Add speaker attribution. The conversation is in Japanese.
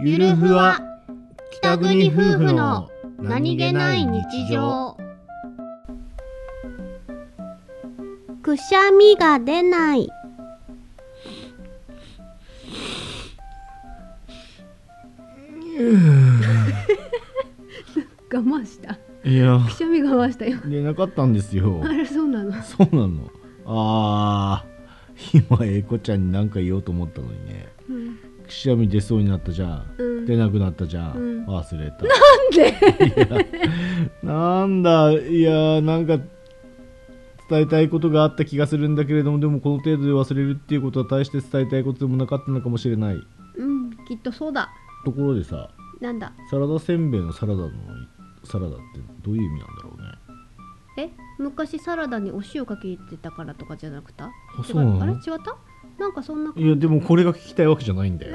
Speaker 1: ゆるふわ北国夫婦の
Speaker 2: くしゃみが出ない
Speaker 3: 我慢した
Speaker 1: いや
Speaker 3: くしゃみ我慢したよ
Speaker 1: 出なかったんですよ
Speaker 3: あれそうなの
Speaker 1: そうなのあー今英子ちゃんに何か言おうと思ったのにね
Speaker 3: うん
Speaker 1: くしゃみ出そうになったじゃん、
Speaker 3: うん
Speaker 1: 出なくなったじゃん、
Speaker 3: うん
Speaker 1: 忘れた
Speaker 3: で
Speaker 1: なんだいやなんか伝えたいことがあった気がするんだけれどもでもこの程度で忘れるっていうことは大して伝えたいことでもなかったのかもしれない
Speaker 3: うんきっとそうだ
Speaker 1: ところでさ
Speaker 3: なんだ
Speaker 1: サラダせんべいのサラダのサラダってどういう意味なんだろうね
Speaker 3: え昔サラダにお塩かけてたからとかじゃなくた
Speaker 1: そうなの
Speaker 3: 違うあれ違ったなんかそんな い
Speaker 1: やでもこれが聞きたいわけじゃないんだよ